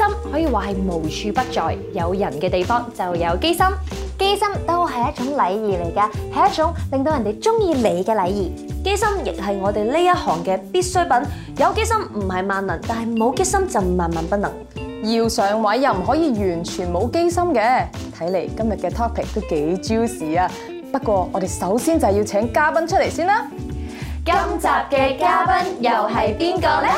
係無處不在，有人嘅地方就有機心。基心都係一種禮儀嚟㗎，係一種令到人哋中意你嘅禮儀。機心亦係我哋呢一行嘅必需品。有機心唔係萬能，但係冇機心就萬萬不能。要上位又唔可以完全冇機心嘅，睇嚟今日嘅 topic 都幾 juicy 啊！不過我哋首先就要請嘉賓出嚟先啦。今集嘅嘉賓又係邊個呢？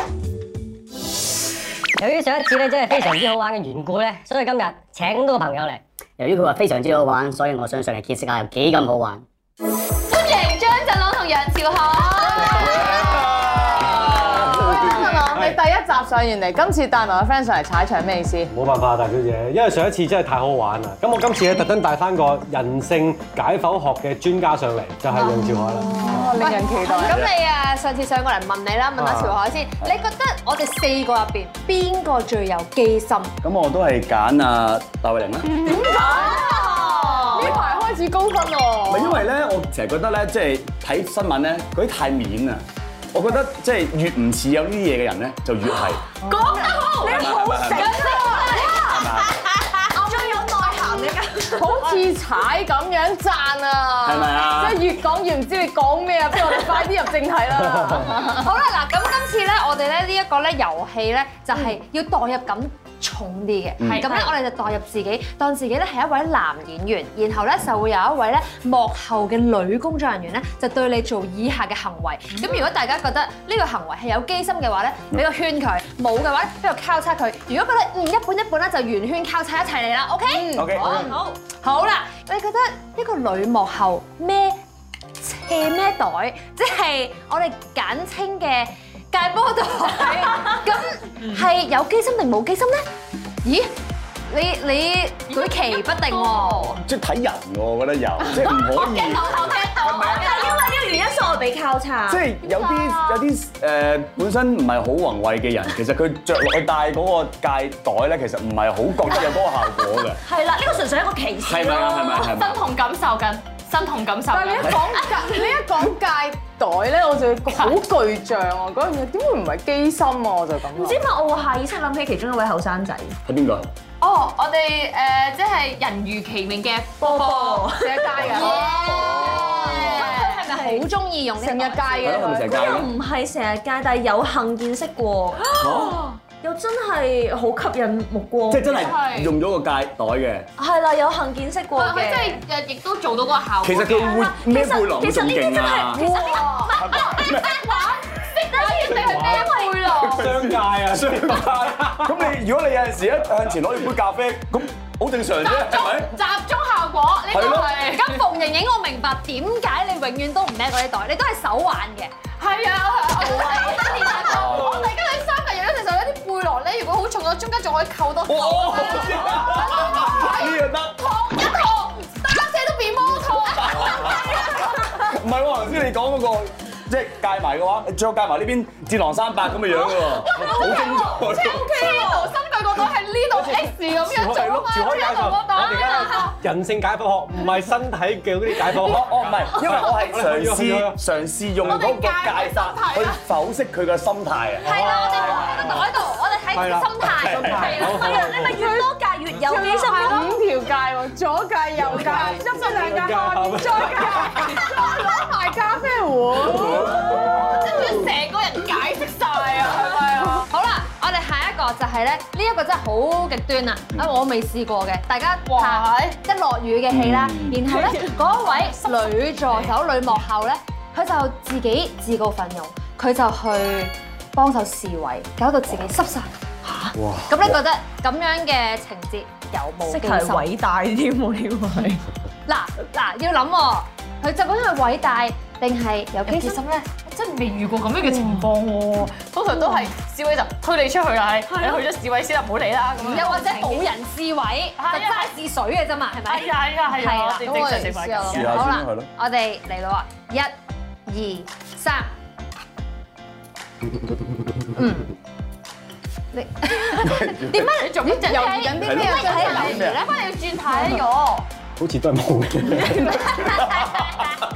由於上一次咧真係非常之好玩嘅緣故咧，所以今日請到個朋友嚟。由於佢話非常之好玩，所以我想上嚟見識下有幾咁好玩。歡迎張振朗同楊潮係嘛？啊你第一集上完嚟，今次帶埋個 friend 上嚟踩場咩意思？冇辦法啊，大小姐，因為上一次真係太好玩啦。咁我今次咧特登帶翻個人性解剖學嘅專家上嚟，就係楊兆海啦。哦，令人期待。咁你啊，上次上過嚟問你啦，問下潮海先，你覺得我哋四個入邊邊個最有機心？咁我都係揀啊戴慧玲啦，呢排開始高分喎。因為咧我成日覺得咧，即係睇新聞咧，嗰啲太面啊，我覺得即係越唔似有呢啲嘢嘅人咧，就越係。講得好，你好醒啊啊最有內涵你㗎。好似踩咁樣讚啊！係咪啊即係越講越唔知你講咩啊！不如我哋快啲入正題啦！好啦，嗱，咁今次咧，我哋咧呢一個咧遊戲咧，就係要代入感重啲嘅。咁咧，我哋就代入自己，當自己咧係一位男演員，然後咧就會有一位咧幕後嘅女工作人員咧，就對你做以下嘅行為。咁如果大家覺得呢個行為係有機心嘅話咧，俾個圈佢；冇嘅話咧，俾個交叉佢。如果覺得嗯一半一半咧，就圓圈交叉一齊嚟啦。OK， OK，好 OK 好好啦，你覺得呢個女幕後咩？斜咩袋，即係我哋簡稱嘅戒波 袋。咁係有機心定冇機心咧？咦，你你舉棋不定喎。即係睇人喎，我覺得又即係唔 可以，頭聽到，因為呢個原因，所以我俾交叉即。係有啲有啲誒本身唔係好宏偉嘅人，其實佢着落去戴嗰個戒袋咧，其實唔係好覺得有嗰個效果嘅，係啦，呢個純粹係一個歧視係咪啊？係咪咯。啊係咪啊？同感受緊，身同感受但係你一講戒，你一講戒袋咧，我就好具象啊！嗰樣嘢點會唔係機心啊？我就咁唔諗知。點解我會下意識諗起其中一位後生仔。係邊個？哦，我哋誒即係人如其名嘅波波，成日戒嘅，係咪好中意用呢成日個戒袋？係咯，係咪啊嘅。成日戒又嘅？唔係成日戒，但係有幸見識過，啊又真係好吸引目光。即係真係用咗個戒袋嘅，係啦，有幸見識過嘅。係誒亦都做到嗰個效其實佢會孭背囊都其實仲呢啲真勁係，啊其！實呢商界啊，商界咁你如果你有陣時一向前攞住杯咖啡，咁好正常啫，係 咪？集中效果呢個係咯係。咁馮盈盈，我明白點解你永遠都唔孭嗰啲袋，你都係手挽嘅。係啊，我我哋今日三個人一齊就有啲背囊咧，如果好重嘅，中間仲可以扣多哦，呢樣得，一套三隻都變魔套。唔係喎，頭先你講嗰個即係戒埋嘅話，你最後戒埋呢邊戰狼三百咁嘅樣嘅喎，好精彩喎。呢度深對個袋係呢度 X 咁樣做啊嘛，潮呢度個我哋袋。而家係人性解剖學，唔係身體嘅嗰啲解剖學。我哦我唔係，因為我係嘗去咗去試咗嘗試用嗰個戒法去剖析佢嘅心態啊。啊係啦，我哋放喺個袋度，我哋睇佢心態。係哦啦，係啊，你咪越多戒越有機心咯。五條戒喎，左戒右戒，執咗兩間汗，再戒，攞埋咖啡壺。跟住成個人解釋晒啊，係啊。好啦，我哋下一個就係咧，呢一個真係好極端啦，啊我未試過嘅，大家哇，即係落雨嘅戲啦，然後 咧嗰一位女助手、女幕後咧，佢就自己自告奮勇，佢就去幫手示威，搞到自己濕晒。哇！咁你覺得咁樣嘅情節有冇即機係心？偉大添喎呢位。嗱嗱，要諗喎，佢就咁係偉大定係有機心咧？真係未遇過咁樣嘅情況喎，通常都係示威就推你出去啦，你去咗示威先啦，唔好理啦咁樣。又或者冇人示威，就揸試水嘅啫嘛，啊係咪？係啊係啊係啊，我哋咁正我常哋食飯試㗎。下啦。試下先好啦係咯，我哋嚟啦喎，一、二、三。嗯，你點解你做乜猶豫緊啲咩點啊解睇人哋咧？翻嚟要轉睇咗。好似都係冇嘅。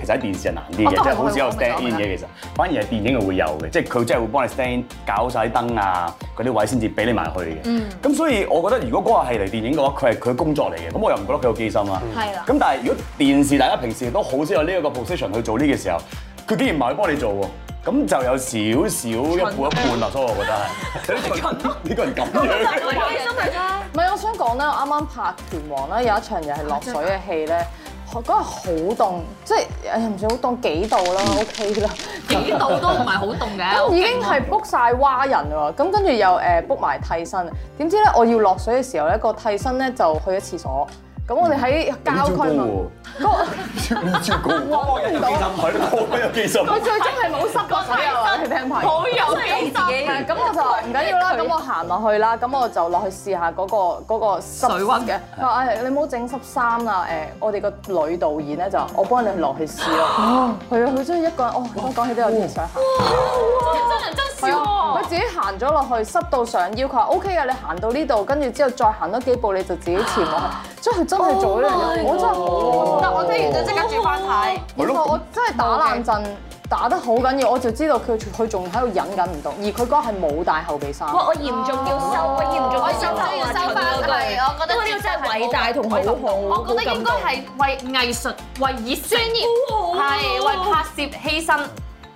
其實喺電視係難啲我都係嘅，即哦係好少有我明白 stand in 嘅。其實反而係電影係會有嘅，即係佢真係會幫你 stand in，搞晒燈啊嗰啲位先至俾你埋去嘅。咁、所以我覺得如果嗰日係嚟電影嘅話，佢係佢工作嚟嘅，咁我又唔覺得佢有機心啊。係啦咁但係如果電視大家平時都好少有呢一個 position 去做呢嘅時候，佢竟然唔係幫你做喎。咁就有少少一半一半啦，所以我覺得係。 呢個人咁 樣，唔係，我想講咧，我啱啱拍《拳王》咧，有一場又係落水嘅戲咧，嗰日好凍，即係誒唔算好凍幾度啦，OK 啦。嗯幾度都唔係好凍嘅，已經係 book 晒蛙人喎，咁跟住又誒 book 埋替身，點知咧我要落水嘅時候咧，個替身咧就去咗廁所，咁我哋喺嗯郊呢招高區嘛，喎。嗰呢招高， 我有機心，係咯，我有機心。佢最終係冇濕過水啊！你聽牌。好有幾度。係咁我就話唔緊要啦，咁我行落去啦，咁我就落去試下嗰個嗰個濕水溫嘅。佢話哎誒，你唔好整濕衫啦，誒，我哋個女導演咧就話我幫你落去試啦。係啊，佢真係一個人，哦，我講起都有啲想行。真人真事係啊，喎佢。自己行咗落去，濕到上腰，佢話 O K 嘅，你行到呢度，跟住之後再行多幾步你就自己潛落去。啊即係佢真係做呢樣哦嘢，我真係好但我聽完就即刻轉翻睇。係然後我咯，真係打冷震，打得好緊要，我就知道佢佢仲喺度忍緊唔到，而佢嗰日係冇帶後備衫。哇！我嚴重要收，我嚴重要收翻要我收翻係我覺得呢個真係偉大同好好，我覺得應該好感動係為藝術、為以專業、係為拍攝犧牲。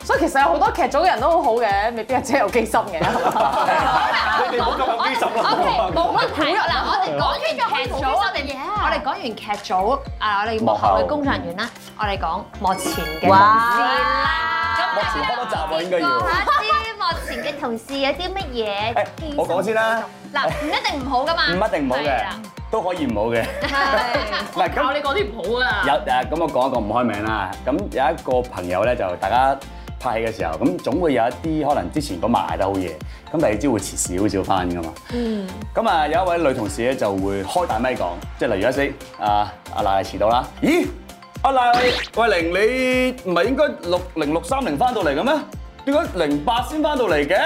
所以其實有好多劇組嘅人都好好嘅，未必係真係有機心 嘅。 你哋冇咁有機心啦。冇問題啦，我哋講完劇組，我哋我哋講完劇組，啊，我哋幕後嘅工作人員啦，我哋講幕前嘅哇目前開多集喎，應該要。知幕前嘅同事有啲乜嘢誒，我講先啦，嗱，唔一定唔好噶嘛，唔一定唔好嘅，啊都可以唔好嘅。唔係靠咁你講啲唔好啊！有誒，咁我講一個唔開名啦。咁有一個朋友咧，就大家拍戲嘅時候，咁總會有一啲可能之前嗰晚捱得好夜，咁第二朝會遲少少翻噶嘛。咁啊，有一位女同事咧就會開大咪講，即係例如一聲啊，阿賴遲到啦，咦，阿賴喂玲，你唔係應該六零六三零翻到嚟嘅咩？點解零八先翻到嚟嘅？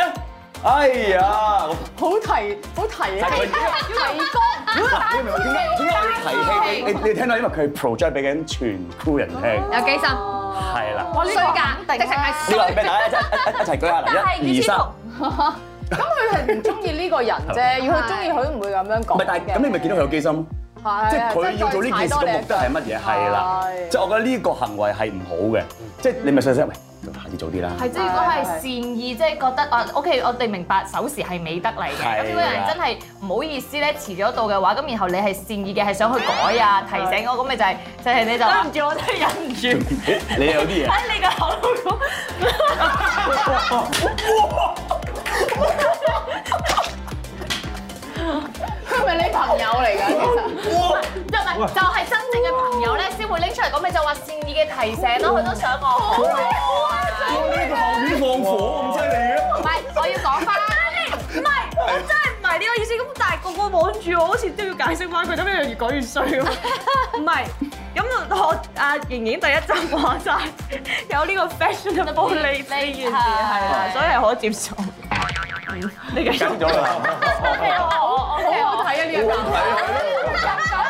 哎呀，我好提好提 係啊！佢嗱你明唔明點解點解我要提氣？你你你聽到，因為佢係 project 俾緊全 crew 人聽，有幾深？係啦。哇呢個衰㗎，直情係呢個俾大家一 一一齊舉下啦，一二三。咁佢係唔中意呢個人啫，如果佢中意佢都唔會咁樣唔講係，但係咁你咪見到佢有機心，係即係佢要做呢件事嘅目的係乜嘢？係啦係，即係我覺得呢個行為係唔好嘅，即係你咪細聲喂，下次早啲啦。係即係如果係善意，即係覺得啊，OK，我哋明白守時係美德嚟嘅。係啦咁如果有人真係唔好意思咧，遲咗到嘅話，咁然後你係善意嘅，係想去改啊、提醒我，咁咪就係就係你就對唔住，我真係忍唔住。 你有啲嘢，喺你個口度 佢咪你朋友嚟 㗎？其實就係就係真正嘅朋友咧，先會拎出嚟講，咪就話善意嘅提醒咯。佢都想我好啊，呢個後院放火咁犀利嘅，唔係，我要講翻。唔係，我真係唔係呢個意思。咁但係個個望住我，好似都要解釋翻佢，咁樣越講越衰咁。唔係，咁我啊阿瑩瑩第一集話齋有呢個 fashionable late 呢件事係啦，所以係可接受。你繼續跟。咗啦。好好睇啊呢個係啊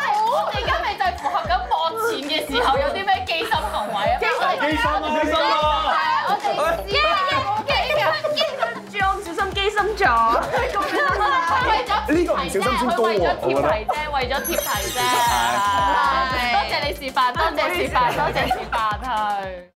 我哋而家咪就係符合緊幕前嘅時候有啲咩機心行為啊？機心啊，機心啊！住我唔小心機心咗。為咗呢個唔小心先高佢為喎咗貼我覺題啫，為得咗貼題啫。係多謝你示範，多謝示範，多謝示範，係。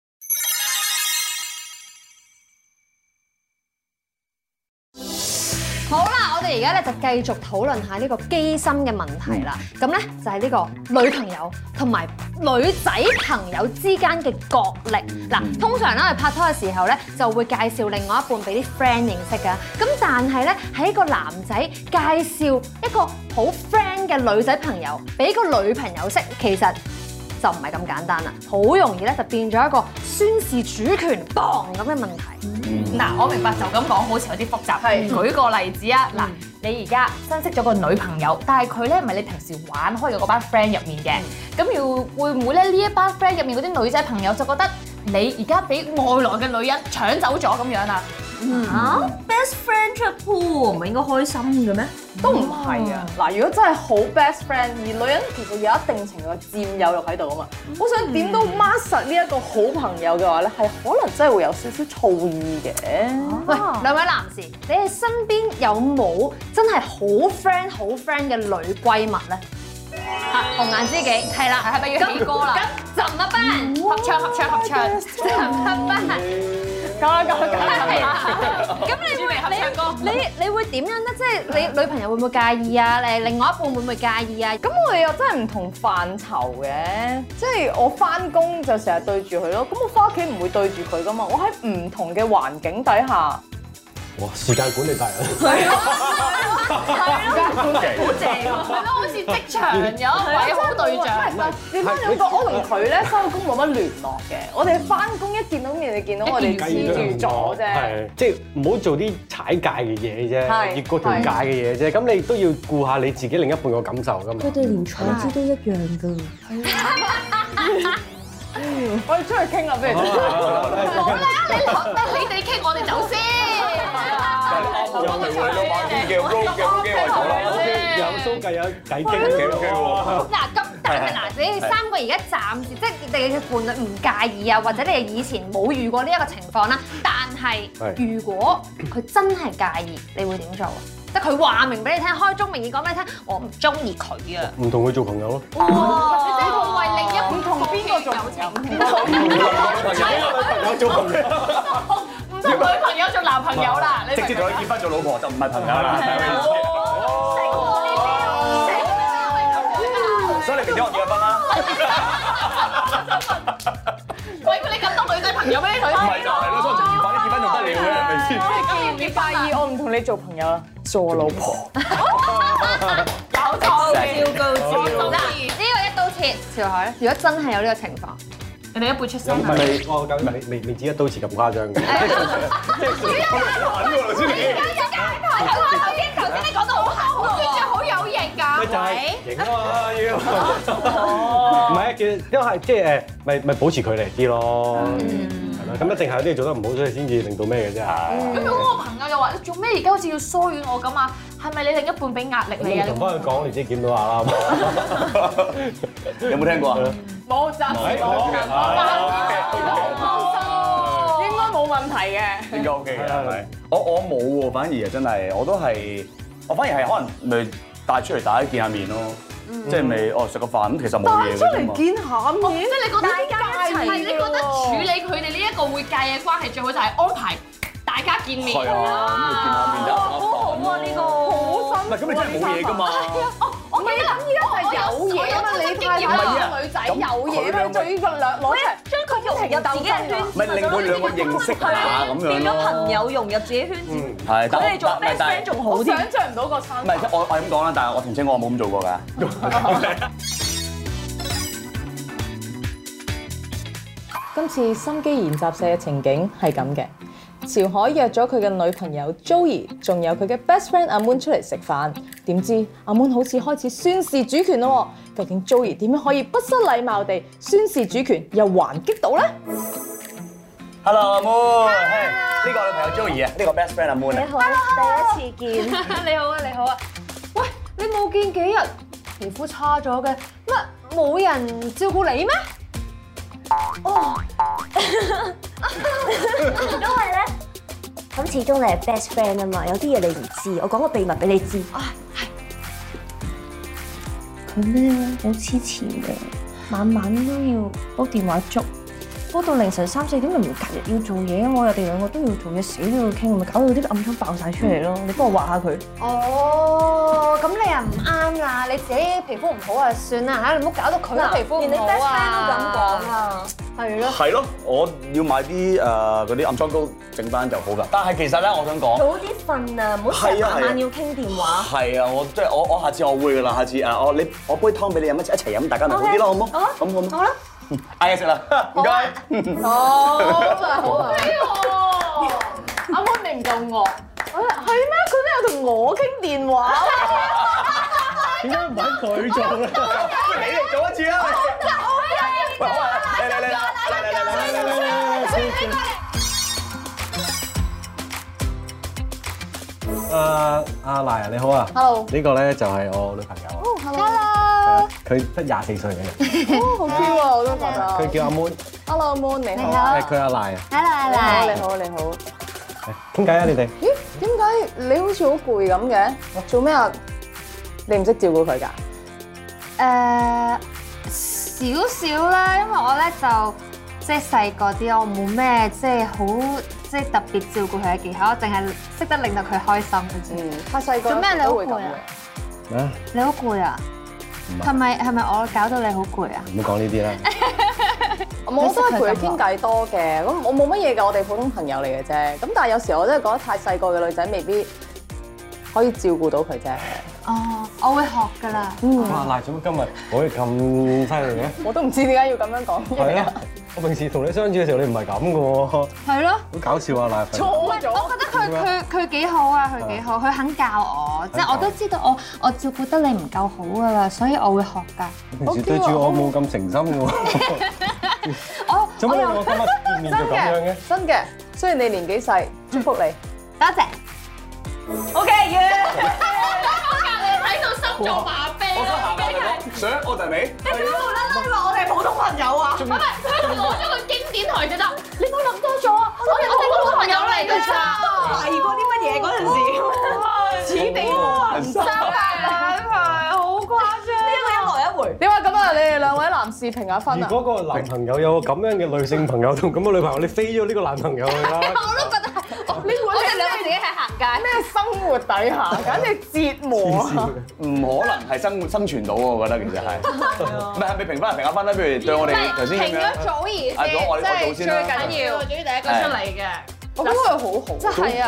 好啦，我哋而家咧就繼續討論下呢個機心嘅問題啦。咁咧就係呢個女朋友同埋女仔朋友之間嘅角力。嗱，通常咧我哋拍拖嘅時候咧就會介紹另外一半俾啲 friend 認識㗎。咁但係咧喺個男仔介紹一個好 friend 嘅女仔朋友俾個女朋友識，其實就唔係咁簡單啦，好容易咧就變咗一個宣示主權磅咁嘅問題。嗱，我明白就咁講，好似有啲複雜。係，舉個例子啊，嗱，你而家新識咗個女朋友，但係佢咧唔係你平時玩開嘅嗰班 friend 入面嘅，咁要會唔會咧呢一班 friend 入面嗰啲女仔朋友就覺得你而家俾外來嘅女人搶走咗咁樣啊？嚇，best friend 出 pool 唔係應該開心嘅咩？都唔係啊！嗱，如果真係好 best friend，而女人其實有一定程度嘅佔有欲喺度啊嘛，我想點都 mark 實呢一個好朋友嘅話咧，係可能真係會有少少醋意嘅。喂，兩位男士，你哋身邊有冇真係好 friend 好 friend 嘅女閨蜜咧？啊，紅顏知己係啦，係咪要起歌啦？咁怎麼辦？合唱合唱合唱， 怎麼辦？夠啦夠啦夠啦夠啦！咁你會合唱歌你你你會點樣咧？即係你女朋友會唔會介意啊？你另外一半會唔會介意啊？咁我哋又真係唔同範疇嘅，即係我翻工就成日對住佢咯，咁我翻屋企唔會對住佢噶嘛，我喺唔同嘅環境底下，哇！時間管理大人。係咯，好似職場有一位好對象。唔係點解你覺我同佢咧收工冇乜聯絡嘅？我哋翻工一見到面就見到我哋黐住咗啫。係即係唔好做啲踩界嘅嘢啫，係越過條界嘅嘢啫。咁你都要顧下你自己另一半個感受㗎嘛。哋連坐姿都一樣㗎。我哋出去傾啦，不如。你哋傾，我哋走先。有蘇計有偈傾嗱，咁但係嗱，你哋三個而家暫時即係你哋嘅伴侶唔介意啊，或者你哋以前冇遇過呢一個情況啦。但係係如果佢真係介意，你會點做啊？即係佢話明俾你聽，開宗明義講俾你聽，我唔中意佢啊！唔同佢做朋友咯。唔同邊個做朋友？唔同女朋友做男朋友啦，你明唔明喂，你咁多女仔朋友咩哦佢？你介意我唔同你做朋友啦，做我老婆。搞錯嘅，嗱，呢個一刀切，潮海，如果真係有呢個情況，人哋一輩出咁聲唔啊！係我咁未未未至一刀切咁誇張嘅。係 啊，頭先頭先你講到好好，跟住好有型咪㗎就係型啊嘛要。唔係啊，其實因為即係誒，咪咪保持距離啲咯。係咯，咁一定係有啲嘢做得唔好，所以先至令到咩嘅啫。嗯嗯咁如果我朋友又話：你做咩而家好似要疏遠我咁啊？係咪你另一半俾壓力咁你你啊？同翻佢講，你自己檢到下啦。啊冇暫時冇，應該冇問題嘅。應該 OK 嘅，係咪？我我冇喎，反而啊真係我都係，我反而係可能咪帶出嚟大家見下面咯，即係咪哦食個飯咁，其實冇嘢出嘅啫嚟嘛。見下面，即係你覺得大家一齊，係你覺得處理佢哋呢一個會界嘅關係最好就係安排大家見面。係啊，咁你見下面就好好啊呢個。好唔辛係咁，你真係冇嘢㗎嘛？我記得呢因為有嘢嘛，你太兩女仔有嘢嘛，仲要個兩攞出嚟，將佢融入自己嘅圈咪令佢兩個認識下咁樣變咗朋咯。友融入自己圈子，嗯係，但佢哋做但 best 但 friend 仲好我添。 想象唔到個餐唔。係，即係我我係咁講啦，但係我澄清我冇咁做過㗎。今次心機研習社嘅情景係咁嘅，潮海約咗佢嘅女朋友 Joey，仲有佢嘅 best friend 阿 Moon 出嚟食飯。點知阿 Moon 好似開始宣示主權咯喎，究竟 Joey 點樣可以不失禮貌地宣示主權又還擊到呢？ Hello，阿 Moon，係呢個我女朋友 Joey 啊，呢個 best friend 阿 Moon 啊。好，第一次見。你好啊，你好啊，喂，你冇見幾日皮膚差咗嘅，乜冇人照顧你咩？咁始終你係 best friend 啊嘛，有啲嘢你唔知，我講個秘密俾你知。啊佢咧好啊黐纏嘅，晚晚都要煲電話粥，煲到凌晨三四點，明明隔日要做嘢啊嘛，我哋兩個都要做嘢，死都要傾，咪搞到啲暗瘡爆晒出嚟咯。你幫我畫下佢。嗯哦，咁你又唔啱啦，你自己皮膚唔好啊，算啦嚇，你唔好搞到佢嘅皮膚唔好啊。連你 best friend 都咁講啊，係 Dạ. 咯。係咯，我要買啲誒嗰啲暗瘡膏整翻就好㗎。但係其實咧，我想講。早啲瞓啊，唔好成日係啊係啊晚晚要傾電話。係啊，我即係我我下次我會噶啦，下次啊我你我杯湯俾你飲一一齊飲，大家咪好啲咯，好唔好？Ờ. 咁好唔好？好啦，嗌嘢食啦，唔該。à. 哦，好啊，阿 Moon 你唔夠惡，哎係咩？佢都有同我傾電 話。 點解唔揾佢做咧？不如你嚟做一次啦。喂好啊嚟嚟嚟啦嚟嚟嚟嚟嚟嚟嚟嚟阿阿賴啊，你好啊。 Hello 呢個咧就係我女朋友啊，Oh, Ờ, Hello，佢得廿四歲嘅啫，好 Q 啊，我都覺得。佢叫阿 Moon， Hello，阿 Moon 你你好。好誒佢阿賴啊。你好，你 Hello，Hello，好，你好。傾偈啊，你哋。咦？點解你好似好攰咁嘅？做咩啊？你唔識照顧佢㗎？誒呃少少啦，因為我咧就即係細個啲，我冇咩即係好即係特別照顧佢嘅技巧，我淨係識得令到佢開心嘅啫。嗯，太細個做咩你好都會攰咁啊嘅。啊，你好攰啊？唔係係，咪係咪我搞到你好攰啊？唔好講呢啲啦。我都係陪佢傾偈多嘅，咁我冇乜嘢嘅，我哋普通朋友嚟嘅啫。咁但係有時我真係覺得太細個嘅女仔未必可以照顧到佢啫。哦，我會學㗎啦。Ừ. 哇，賴做乜今日可以咁犀利嘅？我都唔知點解要咁樣講係嘢啊，，我平時同你相處嘅時候，你唔係咁嘅喎，好係咯。搞笑啊，賴粉。錯咗我。覺得佢佢佢幾好啊，佢幾好，佢肯教我，即係我都知道我我照顧得你唔夠好噶啦，所以我會學㗎。平時對 à, 住我冇咁誠心嘅 喎，我做我乜又我今日見面就咁樣嘅？真嘅，雖然你年紀細，祝福你。多謝。我想行下你講，想我就係你。提過啲乜嘢嗰陣時，此地啊無銀三百兩啊，好誇張！呢個一來一回，點啊？咁啊，你哋兩位男士評下分如啊。果個男朋友有個咁樣嘅女性朋友同咁嘅女朋友，你飛咗呢個男朋友去啦！我哋兩個自己係行街，咩生活底下，簡直折磨黐啊！線唔可能係生生存到喎，我覺得其實係。唔係係咪評分啊？評下分啦，不如對我哋頭先咁樣。祖兒啊，我我我做先啦。要，總之第一個出出嚟嚟嘅。我覺得佢好好。真係啊！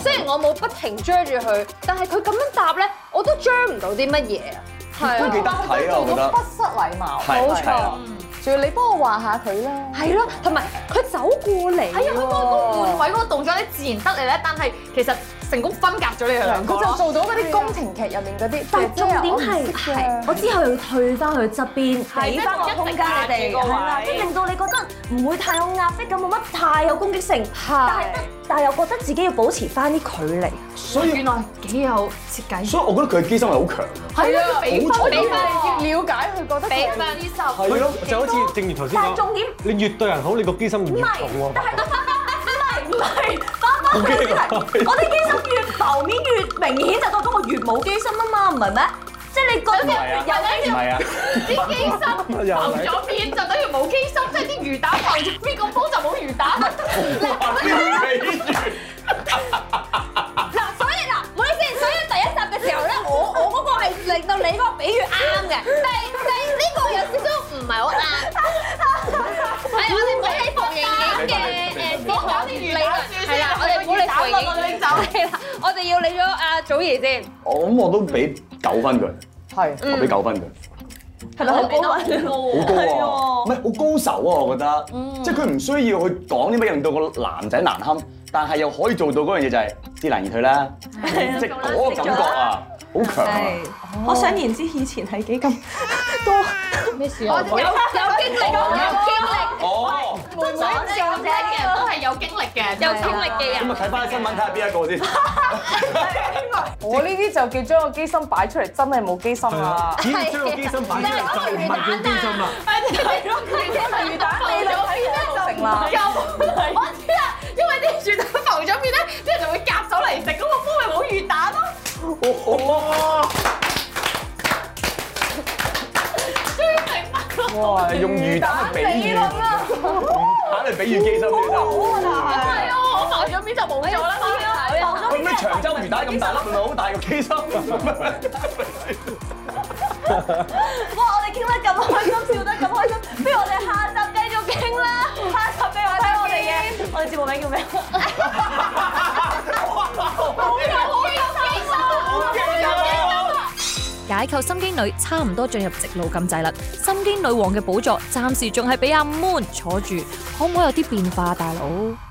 雖然我冇不停追住佢，但係佢咁樣答咧，我都追唔到啲乜嘢啊。係都幾得啊，睇啊，我覺得不。失禮貌，係冇係錯啊。仲要你幫我話下佢啦。係咯，同埋佢走過嚟喎。係啊，佢嗰個換位嗰個動作咧，自然得嚟咧，但係其實成功分隔咗你哋啊兩個佢就咯。做到嗰啲宮廷劇入面嗰啲，但係重點係姐姐啊係，我之後又要退翻去側邊，俾翻個空間你即哋，係一直壓住個位係啦，即係令到你覺得唔會太有壓迫感，冇乜太有攻擊性，但係得但係又覺得自己要保持翻啲距離。所以原來幾有設計。所以我覺得佢嘅機心係好強係啊，俾分俾分，越了解佢覺得俾分接受。係咯，就好似正如頭先但係講，重 點你越對人好，你個機心越重喎。唔係，翻返去 先嚟，我啲機心越浮面越明顯，就覺得我越冇機心啊嘛，唔係咩？即係你覺得唔係啊唔係啊，啲機心浮咗面就等於冇機心，即係啲魚蛋浮咗邊個煲就冇魚蛋。嗱，所以嗱，唔好意思，所以第一集嘅時候咧，我我嗰個係令到你嗰個比喻啱嘅，但係但係呢個有少少 Ừ, 唔係好啱。à. 係我哋唔好理馮盈盈嘅誒呢個理論，à. 係啦，我哋唔好理馮盈盈，係啦，我哋要理咗 à, 阿祖兒先。我咁我都俾九分佢，係我俾九分佢。係咪好 高啊？好高啊！唔係好高手啊，我覺得，即係佢唔需要去講啲乜嘢令到個男仔難堪，但係又可以做到嗰樣嘢就係知難而退啦，即係嗰個感覺啊，好強啊！可想而知以前係幾咁我有有經歷，有哦，咁聽嘅人都係有經歷嘅，有經歷，有經歷嘅人。咁啊睇翻新聞睇下邊一個先，我呢啲就叫將個機心擺出嚟，真係冇機心係啦啊，。只要將個機心擺出嚟，就唔係叫機心啦。魚蛋你兩邊成啦，我知啦，因為啲魚蛋浮咗面咧，啲人就會夾手嚟食，咁個煲咪冇魚蛋咯。哦哇！用魚蛋去比喻，蛋嚟比喻機心呢就，係啊，我浮咗面就冇咗啦嘛。喂咩長洲魚蛋咁大粒，咪好大個機心。哇！我哋傾得咁開心，笑得咁開心，不如我哋下集繼續傾啦。下集繼續睇我哋嘅，我哋節目名叫咩？啊解構心機女差唔多進入直路咁滯啦，心機女王嘅寶座暫時仲係俾阿 Moon 坐住，可唔可以有啲變化，大佬？